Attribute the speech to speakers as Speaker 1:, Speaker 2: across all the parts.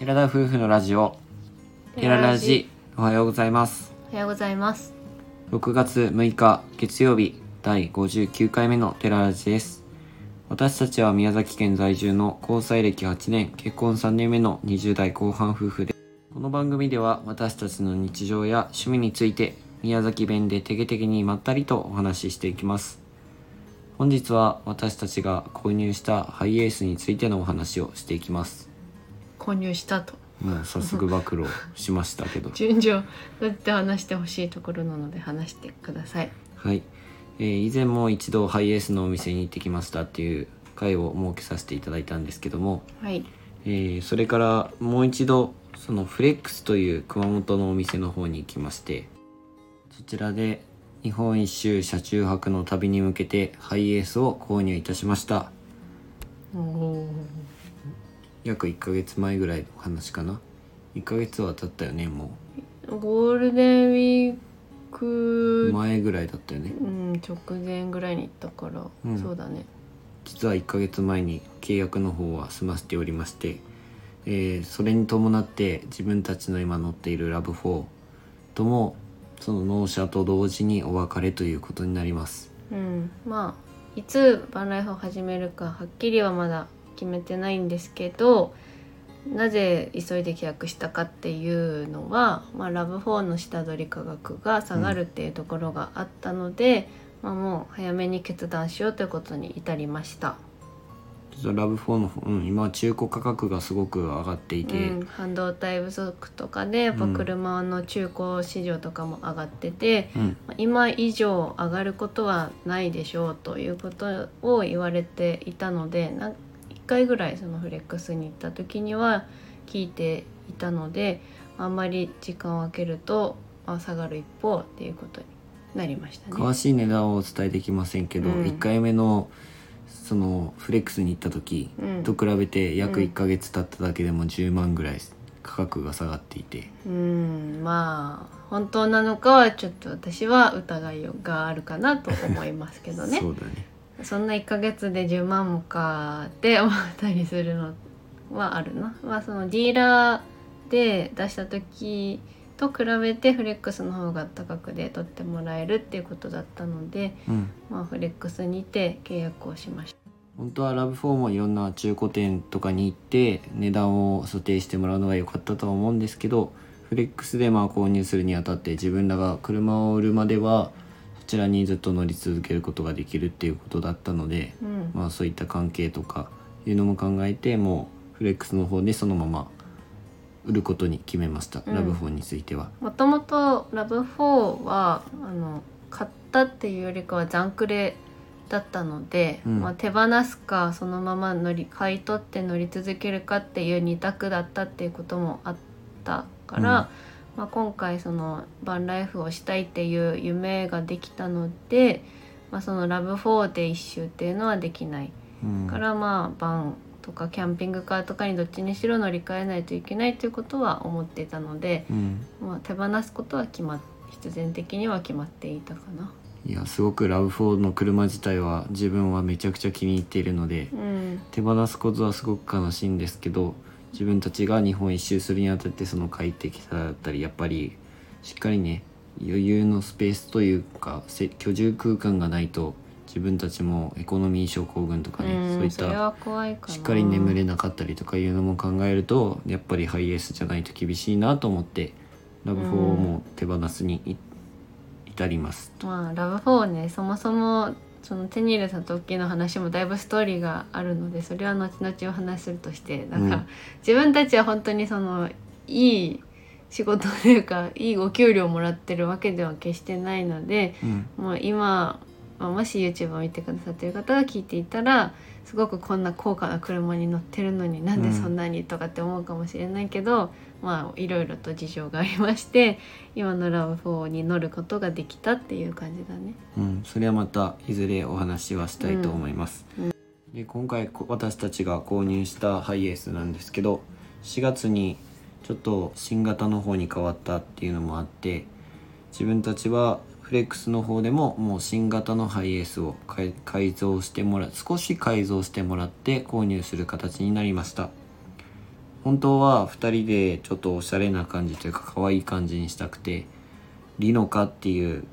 Speaker 1: う夫婦のラジオテララジおはようございます
Speaker 2: おはようございます
Speaker 1: 6月6日月曜日第59回目のテララジです私たちは宮崎県在住の交際歴8年結婚3年目の20代後半夫婦でこの番組では私たちの日常や趣味について宮崎弁でテゲテゲにまったりとお話ししていきます本日は私たちが購入したハイエースについてのお話をしていきます
Speaker 2: 購入したと
Speaker 1: もう早速暴露しましたけど
Speaker 2: 順序を打って話してほしいところなので話してください
Speaker 1: はい、えー以前も一度ハイエースのお店に行ってきましたっていう回を設けさせていただいたんですけども、
Speaker 2: はい
Speaker 1: えーそれからもう一度そのフレックスという熊本のお店の方に行きましてそちらで日本一周車中泊の旅に向けてハイエースを購入いたしました
Speaker 2: おお
Speaker 1: 約1ヶ月前ぐらいの話かな1ヶ月は経ったよねも
Speaker 2: ーゴールデンウィー
Speaker 1: う
Speaker 2: ク、
Speaker 1: 前ぐらいだったよね
Speaker 2: うん、直前ぐらいに行ったから、
Speaker 1: うん
Speaker 2: そうだね
Speaker 1: 実は1ヶ月前に契約の方は済ませておりまして、えーそれに伴って自分たちの今乗っているラブ4ともその納車と同時にお別れということになります
Speaker 2: うんまあいつバンライフを始めるかはっきりはまだ決めてないんですけどなぜ急いで契約したかっていうのは、まあ、ラブ4の下取り価格が下がるっていうところがあったので、まあ、もう早めに決断しようということに至りました、
Speaker 1: 実はラブ4の方、うん、今中古価格がすごく上がっていて、
Speaker 2: うん、半導体不足とかでやっぱ車の中古市場とかも上がってて、
Speaker 1: うん
Speaker 2: 今以上上がることはないでしょうということを言われていたのでな1回ぐらいそのフレックスに行った時には聞いていたのであんまり時間を空けると、まあ、下がる一方っていうことになりました
Speaker 1: 詳
Speaker 2: ね。
Speaker 1: しい値段をお伝えできませんけど、
Speaker 2: うん
Speaker 1: 1回目のそのフレックスに行った時
Speaker 2: うん
Speaker 1: と比べて約
Speaker 2: うん
Speaker 1: 1ヶ月経っただけでも10万ぐらい価格が下がっていて、
Speaker 2: うんまあ本当なのかはちょっと私は疑いがあるかなと思いますけどね
Speaker 1: そうだね
Speaker 2: そんな1ヶ月で10万もかって思ったりするのはあるな。まあそのディーラーで出した時と比べてフレックスの方が高くで取ってもらえるっていうことだったので、
Speaker 1: うん
Speaker 2: まあ、フレックスにて契約をしました。
Speaker 1: 本当はラブ4もいろんな中古店とかに行って値段を査定してもらうのが良かったとは思うんですけどフレックスでまあ購入するにあたって自分らが車を売るまではそちらにずっと乗り続けることができるっていうことだったので、
Speaker 2: うん、
Speaker 1: まあ、そういった関係とかいうのも考えてもうフレックスの方でそのまま売ることに決めました、
Speaker 2: うん
Speaker 1: ラブ4については。
Speaker 2: もともとラブ4はあの買ったっていうよりかは残クレだったので、
Speaker 1: うん
Speaker 2: まあ、手放すかそのまま乗り買い取って乗り続けるかっていう二択だったっていうこともあったから、
Speaker 1: うん
Speaker 2: まあ、今回そのバンライフをしたいっていう夢ができたので、まあ、そのラブ4で一周っていうのはできない
Speaker 1: うん
Speaker 2: から、まあバンとかキャンピングカーとかにどっちにしろ乗り換えないといけないっていうことは思っていたので。
Speaker 1: うん
Speaker 2: まあ、手放すことは決まっ必然的には決まっていたかな。
Speaker 1: いやすごくラブ4の車自体は自分はめちゃくちゃ気に入っているので、
Speaker 2: うん、
Speaker 1: 手放すことはすごく悲しいんですけど自分たちが日本一周するにあたってその快適さだったりやっぱりしっかりね余裕のスペースというかせ居住空間がないと自分たちもエコノミー症候群とかね、
Speaker 2: うん
Speaker 1: そういっ
Speaker 2: れ
Speaker 1: た
Speaker 2: は怖いかな。
Speaker 1: しっかり眠れなかったりとかいうのも考えるとやっぱりハイエースじゃないと厳しいなと思ってラブ4をもう手放すにい至りますと。
Speaker 2: まあラブフォーねそもそもその手に入れた時の話もだいぶストーリーがあるのでそれは後々お話しするとしてなんか、
Speaker 1: うん
Speaker 2: 自分たちは本当にそのいい仕事というかいいお給料もらってるわけでは決してないので、
Speaker 1: うん
Speaker 2: もう今まあもし YouTube を見てくださってる方が聞いていたらすごくこんな高価な車に乗ってるのになんでそんなにとかって思うかもしれないけど、まあいろいろと事情がありまして 今のラブ4に乗ることができたっていう感じだね。
Speaker 1: うん、それはまたいずれお話はしたいと思います、
Speaker 2: うんう
Speaker 1: で今回こ私たちが購入したハイエースなんですけど4月にちょっと新型の方に変わったっていうのもあって自分たちはフレックスの方でももう新型のハイエースを改改造してもら少し改造してもらって購入する形になりました本当は2人でちょっとおしゃれな感じというか可愛い感じにしたくてリノカっていう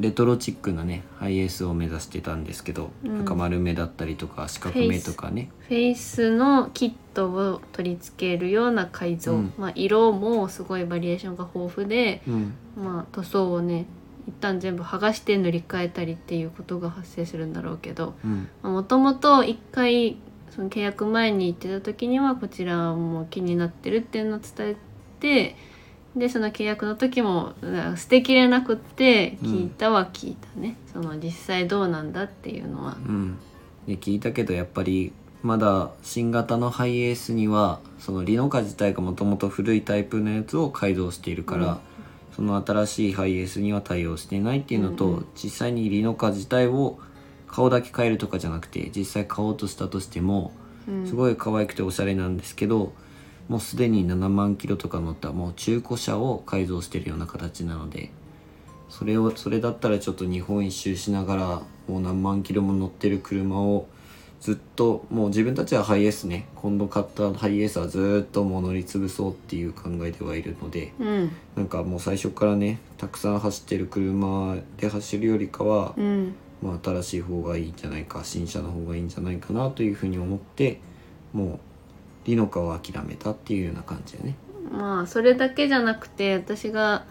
Speaker 1: レトロチックなねハイエースを目指してたんですけど、
Speaker 2: うん
Speaker 1: なんか丸目だったりとか四角目とかね
Speaker 2: フェイスのキットを取り付けるような改造、
Speaker 1: うん
Speaker 2: まあ、色もすごいバリエーションが豊富で、
Speaker 1: うん
Speaker 2: まあ、塗装をね一旦全部剥がして塗り替えたりっていうことが発生するんだろうけど
Speaker 1: うん
Speaker 2: もともと1回その契約前に行ってた時にはこちらも気になってるっていうのを伝えてでその契約の時もうん捨てきれなくって聞いたは聞いたね、その実際どうなんだっていうのは。
Speaker 1: うん、で聞いたけどやっぱりまだ新型のハイエースにはそのリノカ自体がもともと古いタイプのやつを改造しているから、
Speaker 2: うん
Speaker 1: その新しいハイエースには対応していないっていうのと、
Speaker 2: うんうん
Speaker 1: 実際にリノカ自体を顔だけ変えるとかじゃなくて実際買おうとしたとしても
Speaker 2: うん
Speaker 1: すごい可愛くておしゃれなんですけどもうすでに7万キロとか乗ったもう中古車を改造してるような形なのでそれをそれだったらちょっと日本一周しながらもう何万キロも乗ってる車をずっともう自分たちはハイエースね今度買ったハイエースはずっともう乗り潰そうっていう考えではいるので
Speaker 2: うん
Speaker 1: なんかもう最初からねたくさん走ってる車で走るよりかは
Speaker 2: うん
Speaker 1: まあ、新しい方がいいんじゃないか新車の方がいいんじゃないかなというふうに思ってもうリノカを諦めたっていうような感じだね。
Speaker 2: まあそれだけじゃなくて私が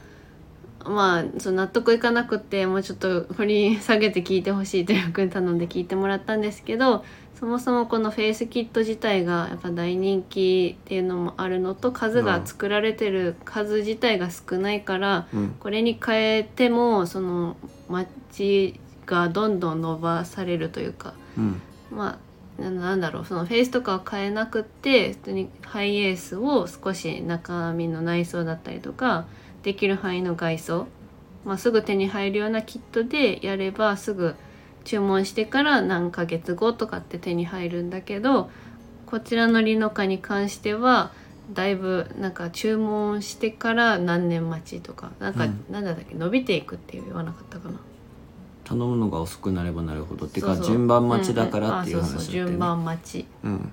Speaker 2: まあその納得いかなくてもうちょっと掘り下げて聞いてほしいというふうに頼んで聞いてもらったんですけどそもそもこのフェイスキット自体がやっぱ大人気っていうのもあるのと数
Speaker 1: う
Speaker 2: が
Speaker 1: ん
Speaker 2: 作られてる数自体が少ないから
Speaker 1: うん
Speaker 2: これに変えてもその街がどんどん伸ばされるというか
Speaker 1: うん
Speaker 2: まあななんだろうそのフェイスとかは変えなくって普通にハイエースを少し中身の内装だったりとかできる範囲の外装、まあ、すぐ手に入るようなキットでやればすぐ注文してから何ヶ月後とかって手に入るんだけどこちらのリノカに関してはだいぶなんか注文してから何年待ちとかなんか、
Speaker 1: うん
Speaker 2: なんだっけ伸びていくって言わなかったかな。
Speaker 1: 頼むのが遅くなればなるほどっていうか
Speaker 2: そうそう
Speaker 1: 順番待ちだからっていうん
Speaker 2: んあ
Speaker 1: 話だ
Speaker 2: そ
Speaker 1: っ
Speaker 2: う
Speaker 1: た
Speaker 2: そう
Speaker 1: よね
Speaker 2: 順。番待ち
Speaker 1: うん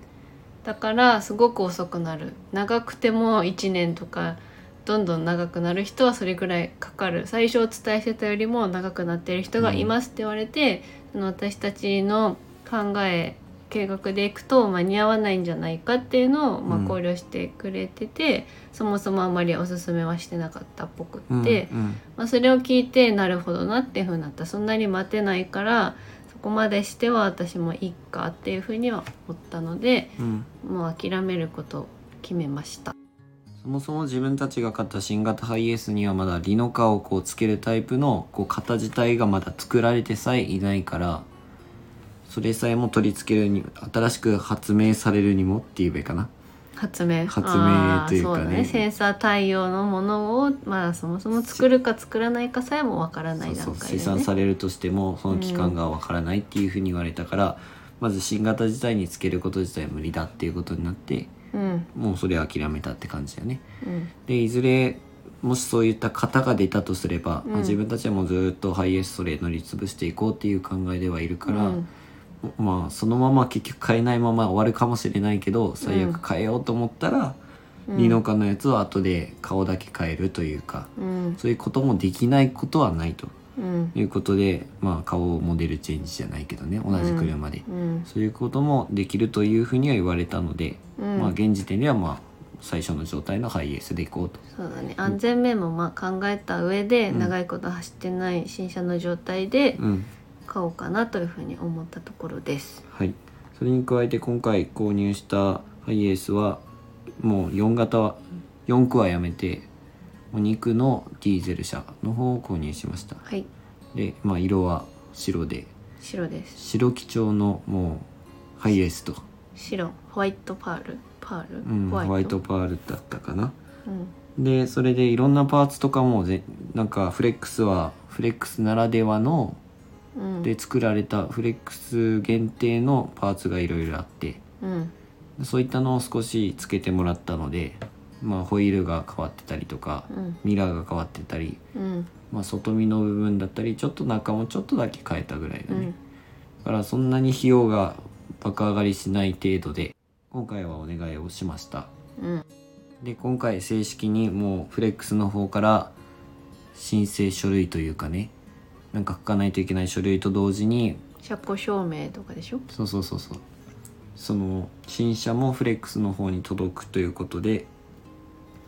Speaker 2: だからすごく遅くなる長くても1年とかどんどん長くなる人はそれぐらいかかる最初お伝えしてたよりも長くなってる人がいますって言われて、その私たちの考え計画でいくと間に合わないんじゃないかっていうのをま
Speaker 1: うん
Speaker 2: あ考慮してくれてて、そもそもあんまりおすすめはしてなかったっぽく
Speaker 1: うん
Speaker 2: って、
Speaker 1: うん
Speaker 2: まあ、それを聞いてなるほどなっていうふうになったそんなに待てないからそこまでしては私もいいかっていうふうには思ったので。
Speaker 1: うん
Speaker 2: もう諦めることを決めました。
Speaker 1: そもそも自分たちが買った新型ハイエースにはまだリノカをこうつけるタイプのこう型自体がまだ作られてさえいないからそれさえも取り付けるに新しく発明されるにもっていうべかな
Speaker 2: 発明
Speaker 1: 発明
Speaker 2: あー
Speaker 1: というかね
Speaker 2: そうだねセンサー対応のものをまあそもそも作るか作らないかさえもわからない
Speaker 1: そう
Speaker 2: 段
Speaker 1: そう
Speaker 2: 階で
Speaker 1: 生
Speaker 2: ね
Speaker 1: 産されるとしてもその期間がわからないっていうふうに言われたから、まず新型自体につけること自体無理だっていうことになって
Speaker 2: うん
Speaker 1: もうそれ諦めたって感じだよね。
Speaker 2: うん
Speaker 1: でいずれもしそういった型が出たとすれば、
Speaker 2: うん
Speaker 1: まあ自分たちはもうずっとハイエースそれ乗り潰していこうっていう考えではいるから、
Speaker 2: うん
Speaker 1: まあそのまま結局変えないまま終わるかもしれないけど最悪変えようと思ったら、
Speaker 2: うん
Speaker 1: ニノカのやつは後で顔だけ変えるというか
Speaker 2: うん
Speaker 1: そういうこともできないことはないと。
Speaker 2: うん
Speaker 1: ということで、まあ、顔をモデルチェンジじゃないけどね同じ車で、
Speaker 2: うん
Speaker 1: そういうこともできるというふうには言われたので、
Speaker 2: うん
Speaker 1: まあ現時点ではまあ最初の状態のハイエースでいこうと
Speaker 2: そうだね安全面もまあ考えた上で、
Speaker 1: うん
Speaker 2: 長いこと走ってない新車の状態で
Speaker 1: うん
Speaker 2: 買おうかなというふうに思ったところです。
Speaker 1: はいそれに加えて今回購入したハイエースはもう4型は4区はやめてお肉のディーゼル車の方を購入しました
Speaker 2: はい
Speaker 1: でまあ色は白で
Speaker 2: 白です
Speaker 1: 白基調のもうハイエースと、
Speaker 2: 白ホワイトパールパール、
Speaker 1: うん、ホワイトパールだったかな
Speaker 2: うん
Speaker 1: でそれでいろんなパーツとかもぜなんかフレックスはフレックスならではの
Speaker 2: うん、
Speaker 1: で作られたフレックス限定のパーツがいろいろあって
Speaker 2: うん
Speaker 1: そういったのを少しつけてもらったので、まあ、ホイールが変わってたりとか
Speaker 2: うん
Speaker 1: ミラーが変わってたり、
Speaker 2: うん
Speaker 1: まあ、外見の部分だったりちょっと中もちょっとだけ変えたぐらいだ
Speaker 2: う
Speaker 1: ね、
Speaker 2: ん
Speaker 1: だからそんなに費用が爆上がりしない程度で今回はお願いをしました
Speaker 2: うん
Speaker 1: で今回正式にもうフレックスの方から申請書類というかねなんか書かないといけない書類と同時に
Speaker 2: 車庫証明とかでしょ
Speaker 1: そうそうそうそうその新車もフレックスの方に届くということで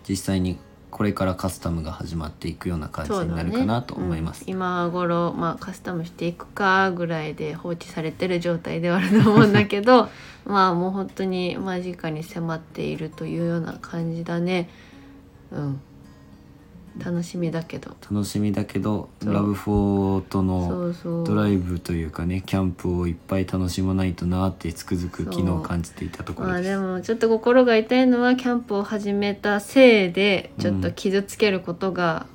Speaker 1: 実際にこれからカスタムが始まっていくような感じ
Speaker 2: そう
Speaker 1: に
Speaker 2: だ
Speaker 1: な
Speaker 2: ね
Speaker 1: るかなと思います、
Speaker 2: うん今頃、まあ、カスタムしていくかぐらいで放置されてる状態ではあると思うんだけど まあもう本当に間近に迫っているというような感じだねうん楽しみだけど
Speaker 1: 楽しみだけど
Speaker 2: そう
Speaker 1: ラブフォーとの
Speaker 2: そうそう
Speaker 1: ドライブというかねキャンプをいっぱい楽しまないとなーってつくづく
Speaker 2: そう
Speaker 1: 昨日感じていたとこ
Speaker 2: ま
Speaker 1: ろ
Speaker 2: あ
Speaker 1: で、
Speaker 2: ですもちょっと心が痛いのはキャンプを始めたせいでちょっと傷つけることが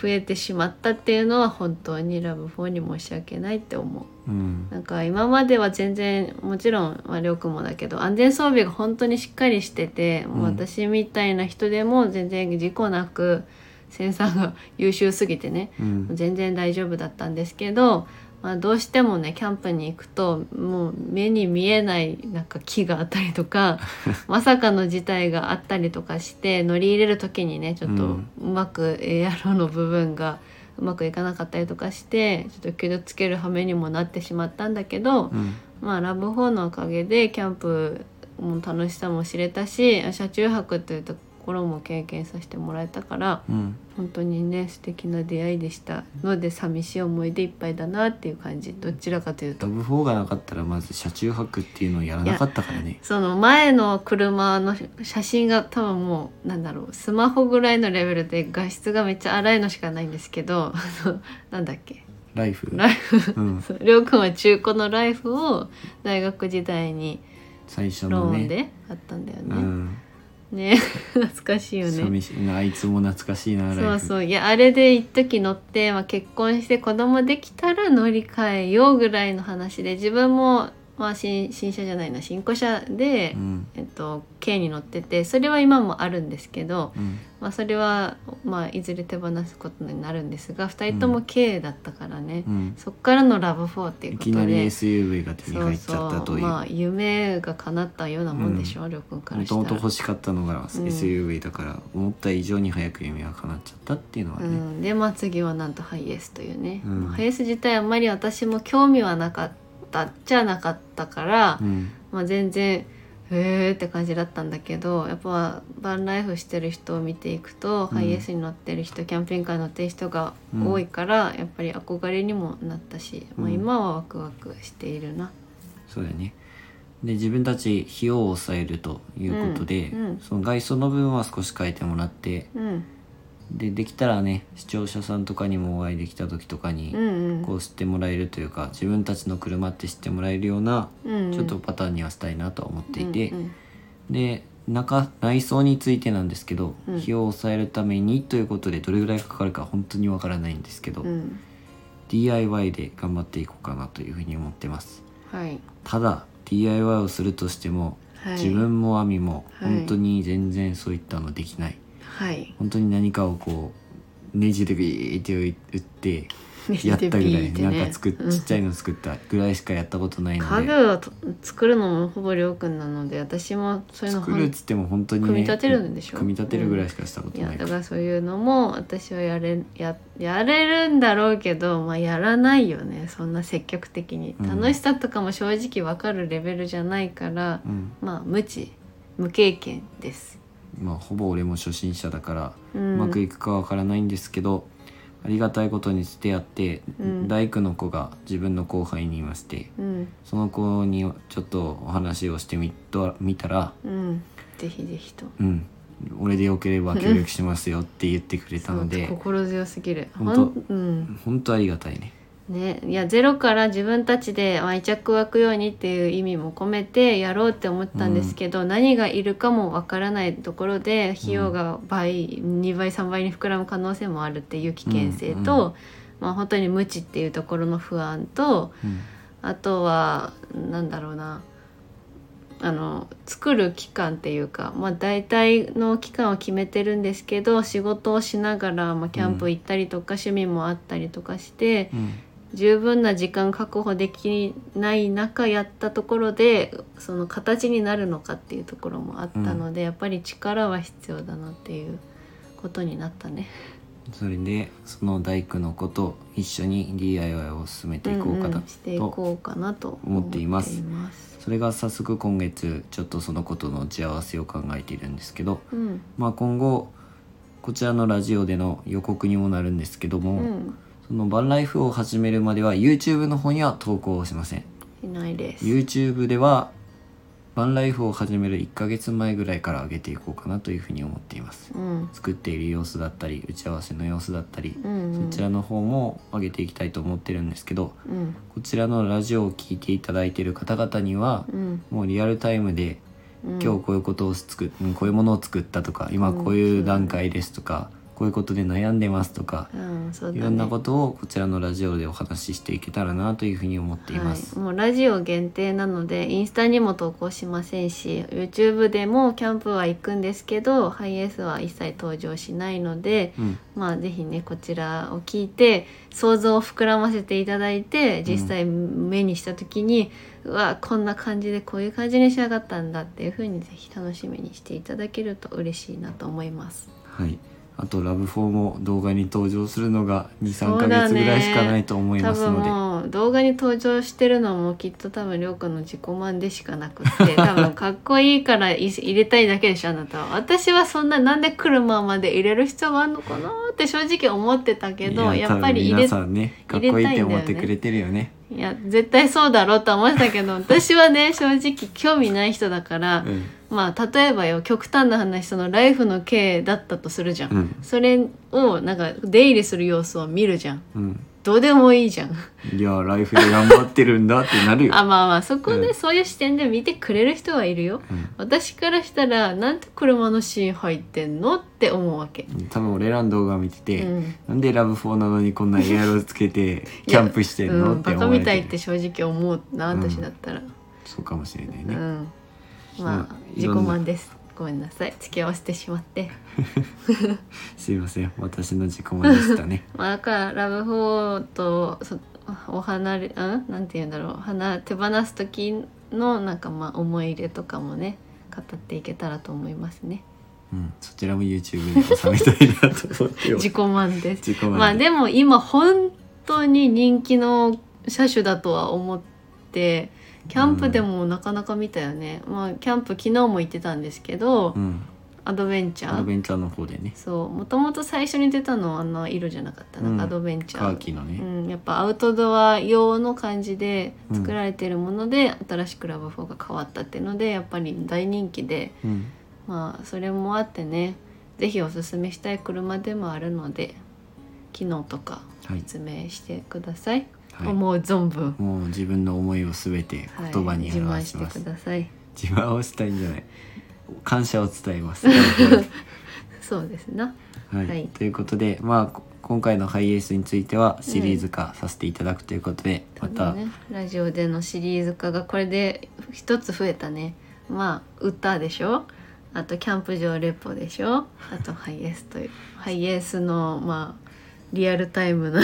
Speaker 2: 増えてしまったっていうのは本当にラブ4に申し訳ないって思う。
Speaker 1: うん
Speaker 2: なんか今までは全然もちろん、まあ、りょうくんもだけど安全装備が本当にしっかりしてて、もう私みたいな人でも全然事故なくセンサーが優秀すぎてね
Speaker 1: うん
Speaker 2: 全然大丈夫だったんですけど、まあ、どうしてもねキャンプに行くともう目に見えないなんか木があったり とかまさかの事態があったりとかして乗り入れる時にねちょっ
Speaker 1: う
Speaker 2: と
Speaker 1: ん
Speaker 2: うまくエアロの部分がうまくいかなかったりとかしてちょっと傷つける羽目にもなってしまったんだけど、
Speaker 1: うん
Speaker 2: まあラブホーのおかげでキャンプも楽しさも知れたし車中泊というところも経験させてもらえたから。
Speaker 1: うん
Speaker 2: 本当にね素敵な出会いでしたので寂しい思い出いっぱいだなっていう感じどちらかという
Speaker 1: ラ
Speaker 2: と
Speaker 1: ブフォーがなかったらまず車中泊っていうのをやらなかったからね
Speaker 2: その前の車の写真が多分もうなんだろうスマホぐらいのレベルで画質がめっちゃ荒いのしかないんですけど あのなんだっけ
Speaker 1: ライフ
Speaker 2: ライフ
Speaker 1: うん、
Speaker 2: そうりょうくんは中古のライフを大学時代に
Speaker 1: 最初
Speaker 2: ロ
Speaker 1: の
Speaker 2: ー
Speaker 1: ね
Speaker 2: ンで買ったんだよ
Speaker 1: う
Speaker 2: ね。
Speaker 1: ん、
Speaker 2: ね 懐かしいよね。
Speaker 1: 寂しいなあいつも懐かしいなライフ
Speaker 2: そうそういやあれで一時乗って、まあ、結婚して子供できたら乗り換えようぐらいの話で自分も、まあ、新新車じゃないな新古車で、
Speaker 1: うん
Speaker 2: えっと、軽に乗っててそれは今もあるんですけど、
Speaker 1: うん
Speaker 2: まあ、それは、まあ、いずれ手放すことになるんですが2人とも軽だったからね、
Speaker 1: うん、
Speaker 2: そっからのラブ4っていう
Speaker 1: い
Speaker 2: こ
Speaker 1: き
Speaker 2: と
Speaker 1: なり
Speaker 2: で。
Speaker 1: SUV が手に
Speaker 2: そ
Speaker 1: 入
Speaker 2: う
Speaker 1: っちゃった
Speaker 2: そ
Speaker 1: と
Speaker 2: う
Speaker 1: いう
Speaker 2: まあ
Speaker 1: も
Speaker 2: 夢が叶ったようなもんでしょ、うりょうくんからし
Speaker 1: と
Speaker 2: たら
Speaker 1: もと欲しかったのが SUV だから、思った以上に早く夢が叶っちゃったっていうのは
Speaker 2: う
Speaker 1: ね、
Speaker 2: ん、でまあ次はなんとハイエースというね、
Speaker 1: うん
Speaker 2: まあハイエース自体あんまり私も興味はなかったじゃなかったから、
Speaker 1: うん
Speaker 2: まあ、全然へーって感じだったんだけどやっぱバンライフしてる人を見ていくと、
Speaker 1: うん
Speaker 2: ハイエースに乗ってる人キャンピングカーに乗ってる人が多いから、やっぱり憧れにもなったし、まあ、
Speaker 1: うん
Speaker 2: 今はワクワクしているな。
Speaker 1: そうだよねで自分たち費用を抑えるということで、
Speaker 2: うんうん
Speaker 1: その外装の部分は少し変えてもらって
Speaker 2: うん、
Speaker 1: でできたらね視聴者さんとかにもお会いできた時とかに
Speaker 2: うん、うん
Speaker 1: こう知ってもらえるというか自分たちの車って知ってもらえるような
Speaker 2: うん
Speaker 1: ちょっとパターンにはしたいなとは思っていて、
Speaker 2: うんうん
Speaker 1: で中内装についてなんですけど、
Speaker 2: うん
Speaker 1: 費用を抑えるためにということでどれぐらいかかるか本当にわからないんですけど、
Speaker 2: うん、
Speaker 1: DIY で頑張っていこうかなというふうに思ってます
Speaker 2: はい、
Speaker 1: ただ DIY をするとしても、
Speaker 2: はい、
Speaker 1: 自分も亜美も
Speaker 2: はい
Speaker 1: 本当に全然そういったのできない、
Speaker 2: はい
Speaker 1: 本当に何かをこうネジでビーって打ってやったぐらい、
Speaker 2: ビーって
Speaker 1: な
Speaker 2: ね
Speaker 1: んか作っちっちゃいの作ったぐらいしかやったことないの
Speaker 2: 家
Speaker 1: で、
Speaker 2: 具をと作るのもほぼりょうくんなので私もそういうの
Speaker 1: 作るっつっても本当にね
Speaker 2: 組み立てるんでしょ
Speaker 1: 組み立てるぐらいしかしたこと
Speaker 2: いや
Speaker 1: ないか
Speaker 2: だ
Speaker 1: ら
Speaker 2: からそういうのも私はやれややれるんだろうけど、まあ、やらないよねそんな積極的に
Speaker 1: うん
Speaker 2: 楽しさとかも正直わかるレベルじゃないから、
Speaker 1: うん
Speaker 2: まあ無知無経験です、
Speaker 1: まあ、ほぼ俺も初心者だから、
Speaker 2: う、
Speaker 1: うんまくいくかわからないんですけどありがたいことにしてあって、
Speaker 2: うん
Speaker 1: 大工の子が自分の後輩にいまして
Speaker 2: うん
Speaker 1: その子にちょっとお話をしてみと見たら
Speaker 2: うんぜひぜひと
Speaker 1: 「うん俺でよければ協力しますよ」って言ってくれたので
Speaker 2: そう心強すぎる
Speaker 1: ほんと
Speaker 2: ほんうん
Speaker 1: 本当ありがたいね。
Speaker 2: ね、いやゼロから自分たちでまあ愛着湧くようにっていう意味も込めてやろうって思ったんですけど、何がいるかもわからないところで費用が倍、2倍3倍に膨らむ可能性もあるっていう危険性と、
Speaker 1: うんう
Speaker 2: まあ、本当に無知っていうところの不安と
Speaker 1: うん
Speaker 2: あとはなんだろうなあの作る期間っていうか、まあ、大体の期間を決めてるんですけど仕事をしながら、まあ、キャンプ行ったりとか、趣味もあったりとかして。
Speaker 1: うん
Speaker 2: 十分な時間確保できない中やったところでその形になるのかっていうところもあったので、やっぱり力は必要だなっていうことになったね。
Speaker 1: それでその大工の子と一緒に DIY を進めていこうか
Speaker 2: ん
Speaker 1: だ
Speaker 2: んしていことうかなと
Speaker 1: 思っています
Speaker 2: 思っています
Speaker 1: それが早速今月ちょっとそのことの打ち合わせを考えているんですけど
Speaker 2: うん、
Speaker 1: まあ今後こちらのラジオでの予告にもなるんですけど
Speaker 2: う
Speaker 1: も、
Speaker 2: ん、
Speaker 1: そのバンライフを始めるまでは YouTube の方には投稿をしません
Speaker 2: いないです。
Speaker 1: YouTube ではバンライフを始める1ヶ月前ぐらいから上げていこうかなというふうに思っています
Speaker 2: うん、
Speaker 1: 作っている様子だったり打ち合わせの様子だったり
Speaker 2: う、ん、うん
Speaker 1: そちらの方も上げていきたいと思ってるんですけど
Speaker 2: うん、
Speaker 1: こちらのラジオを聞いていただいている方々には
Speaker 2: うん、
Speaker 1: もうリアルタイムで
Speaker 2: うん
Speaker 1: 今日こういうことを作っ、うんこういうものを作ったとか今こういう段階ですとかこういうことで悩んでますとか
Speaker 2: うん、そうだ
Speaker 1: い
Speaker 2: ね
Speaker 1: ろんなことをこちらのラジオでお話ししていけたらなというふうに思っています。
Speaker 2: はい、もうラジオ限定なのでインスタにも投稿しませんし YouTube でもキャンプは行くんですけどハイエースは一切登場しないので
Speaker 1: うん
Speaker 2: まあ是非ねこちらを聞いて想像を膨らませていただいて実際目にした時に、うわこんな感じでこういう感じに仕上がったんだっていう風に是非楽しみにしていただけると嬉しいなと思います。
Speaker 1: はい、あとラブ4も動画に登場するのが23
Speaker 2: そ
Speaker 1: ヶ
Speaker 2: うだ
Speaker 1: 月
Speaker 2: ね
Speaker 1: ぐらいしかないと思い
Speaker 2: 多
Speaker 1: ます
Speaker 2: 分
Speaker 1: ので、
Speaker 2: もう動画に登場してるのもきっと多分りょうくんの自己満でしかな くって多分かっこいいからい入れたいだけでしょあなたは私はそんななんで車まで入れる必要があるのかなって正直思ってたけど
Speaker 1: い
Speaker 2: やっぱり入れ
Speaker 1: 多分皆さんねかっこいいって思ってくれてるよね
Speaker 2: いや絶対そうだろうとは思ってたけど私はね正直興味ない人だから、まあ例えばよ極端な話そのライフの経だったとするじゃん、
Speaker 1: うんうん
Speaker 2: それをなんか出入りする様子を見るじゃん
Speaker 1: うん
Speaker 2: どうでもいいじゃん
Speaker 1: いやライフで頑張ってるんだってなるよ
Speaker 2: あまあまあそこで、
Speaker 1: う
Speaker 2: そういう視点で見てくれる人はいるよ私からしたらなんて車のシーン入ってんのって思うわけ、
Speaker 1: うん多分俺らの動画見てて、
Speaker 2: うん
Speaker 1: なんでラブ4なのにこんなエアロつけ て
Speaker 2: い
Speaker 1: キ
Speaker 2: や
Speaker 1: ャンプしてんの、
Speaker 2: うん、
Speaker 1: って
Speaker 2: バ
Speaker 1: 思
Speaker 2: カ
Speaker 1: われ
Speaker 2: み
Speaker 1: て
Speaker 2: た
Speaker 1: る
Speaker 2: いって正直思うな
Speaker 1: うん
Speaker 2: 私だったら、う
Speaker 1: そうかもしれない
Speaker 2: ん
Speaker 1: ね、
Speaker 2: まあ
Speaker 1: まあい
Speaker 2: 自己
Speaker 1: ろんな
Speaker 2: 満ですごめんなさい付き合わせてしまって
Speaker 1: すいません私の自己満でした ね
Speaker 2: まあだからラブホーとそお離れうんなんて言うんだろう離手放す時のなんかまあ思い入れとかもね語っていけたらと思いますね
Speaker 1: うんそちらも YouTube で収めたいなと思ってよ
Speaker 2: 自己満です
Speaker 1: 自己満で
Speaker 2: まあでも今本当に人気の車種だとは思ってキャンプでもなかなか見たよね、まあキャンプ昨日も行ってたんですけど、
Speaker 1: うん
Speaker 2: アドベンチ
Speaker 1: アド
Speaker 2: ャー
Speaker 1: ベンチャーの方でね
Speaker 2: そうもともと最初に出たのはあの色じゃなかったな、
Speaker 1: うん
Speaker 2: アドベンチャ
Speaker 1: カー
Speaker 2: ー
Speaker 1: キのね、
Speaker 2: うん、やっぱアウトドア用の感じで作られてるもので、新しくラブ4が変わったっていうのでやっぱり大人気で
Speaker 1: うん
Speaker 2: まあそれもあってね是非おすすめしたい車でもあるので機能とか
Speaker 1: はい、
Speaker 2: 説明してください、
Speaker 1: は
Speaker 2: 思う存分、
Speaker 1: い、もう自分の思いを全て
Speaker 2: はい
Speaker 1: 言葉に
Speaker 2: 自慢
Speaker 1: 表
Speaker 2: し
Speaker 1: しま
Speaker 2: て
Speaker 1: す、
Speaker 2: ください
Speaker 1: 自慢をしたいんじゃない感謝を伝えますは
Speaker 2: そうですな、
Speaker 1: い、
Speaker 2: はい
Speaker 1: ということでまあこ今回のハイエースについてはシリーズ化させていただくということで、また、
Speaker 2: ね、ラジオでのシリーズ化がこれで一つ増えたねまあ歌でしょあとキャンプ場レポでしょあとハイエースというハイエースのまあリアルタイム な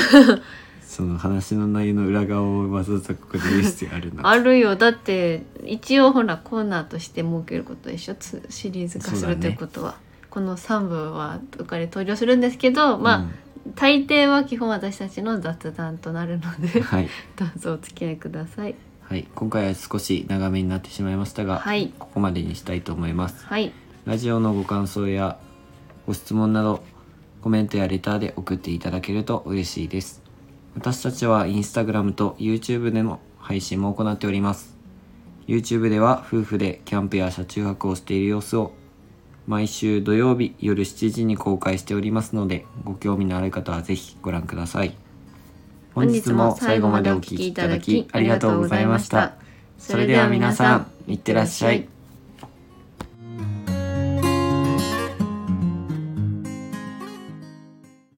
Speaker 1: その話の内容の裏側をわざわざここで言う 必要あるな
Speaker 2: あるよだって一応ほらコーナーとして設けることでしょつシリーズ化す
Speaker 1: そうだ
Speaker 2: る
Speaker 1: ね
Speaker 2: ということは、この3部はどっかで登場するんですけどまあ、
Speaker 1: うん
Speaker 2: 大抵は基本私たちの雑談となるので
Speaker 1: はい、
Speaker 2: どうぞお付き合いください
Speaker 1: はい、今回は少し長めになってしまいましたが、
Speaker 2: はい
Speaker 1: ここまでにしたいと思います
Speaker 2: はい
Speaker 1: ラジオのご感想やご質問などコメントやレターで送っていただけると嬉しいです。私たちはインスタグラムと YouTube での配信も行っております。YouTube では夫婦でキャンプや車中泊をしている様子を毎週土曜日夜7時に公開しておりますのでご興味のある方はぜひご覧ください。本日も最後までお聴きいただきありがとうございました。それでは皆さん、いってらっしゃい。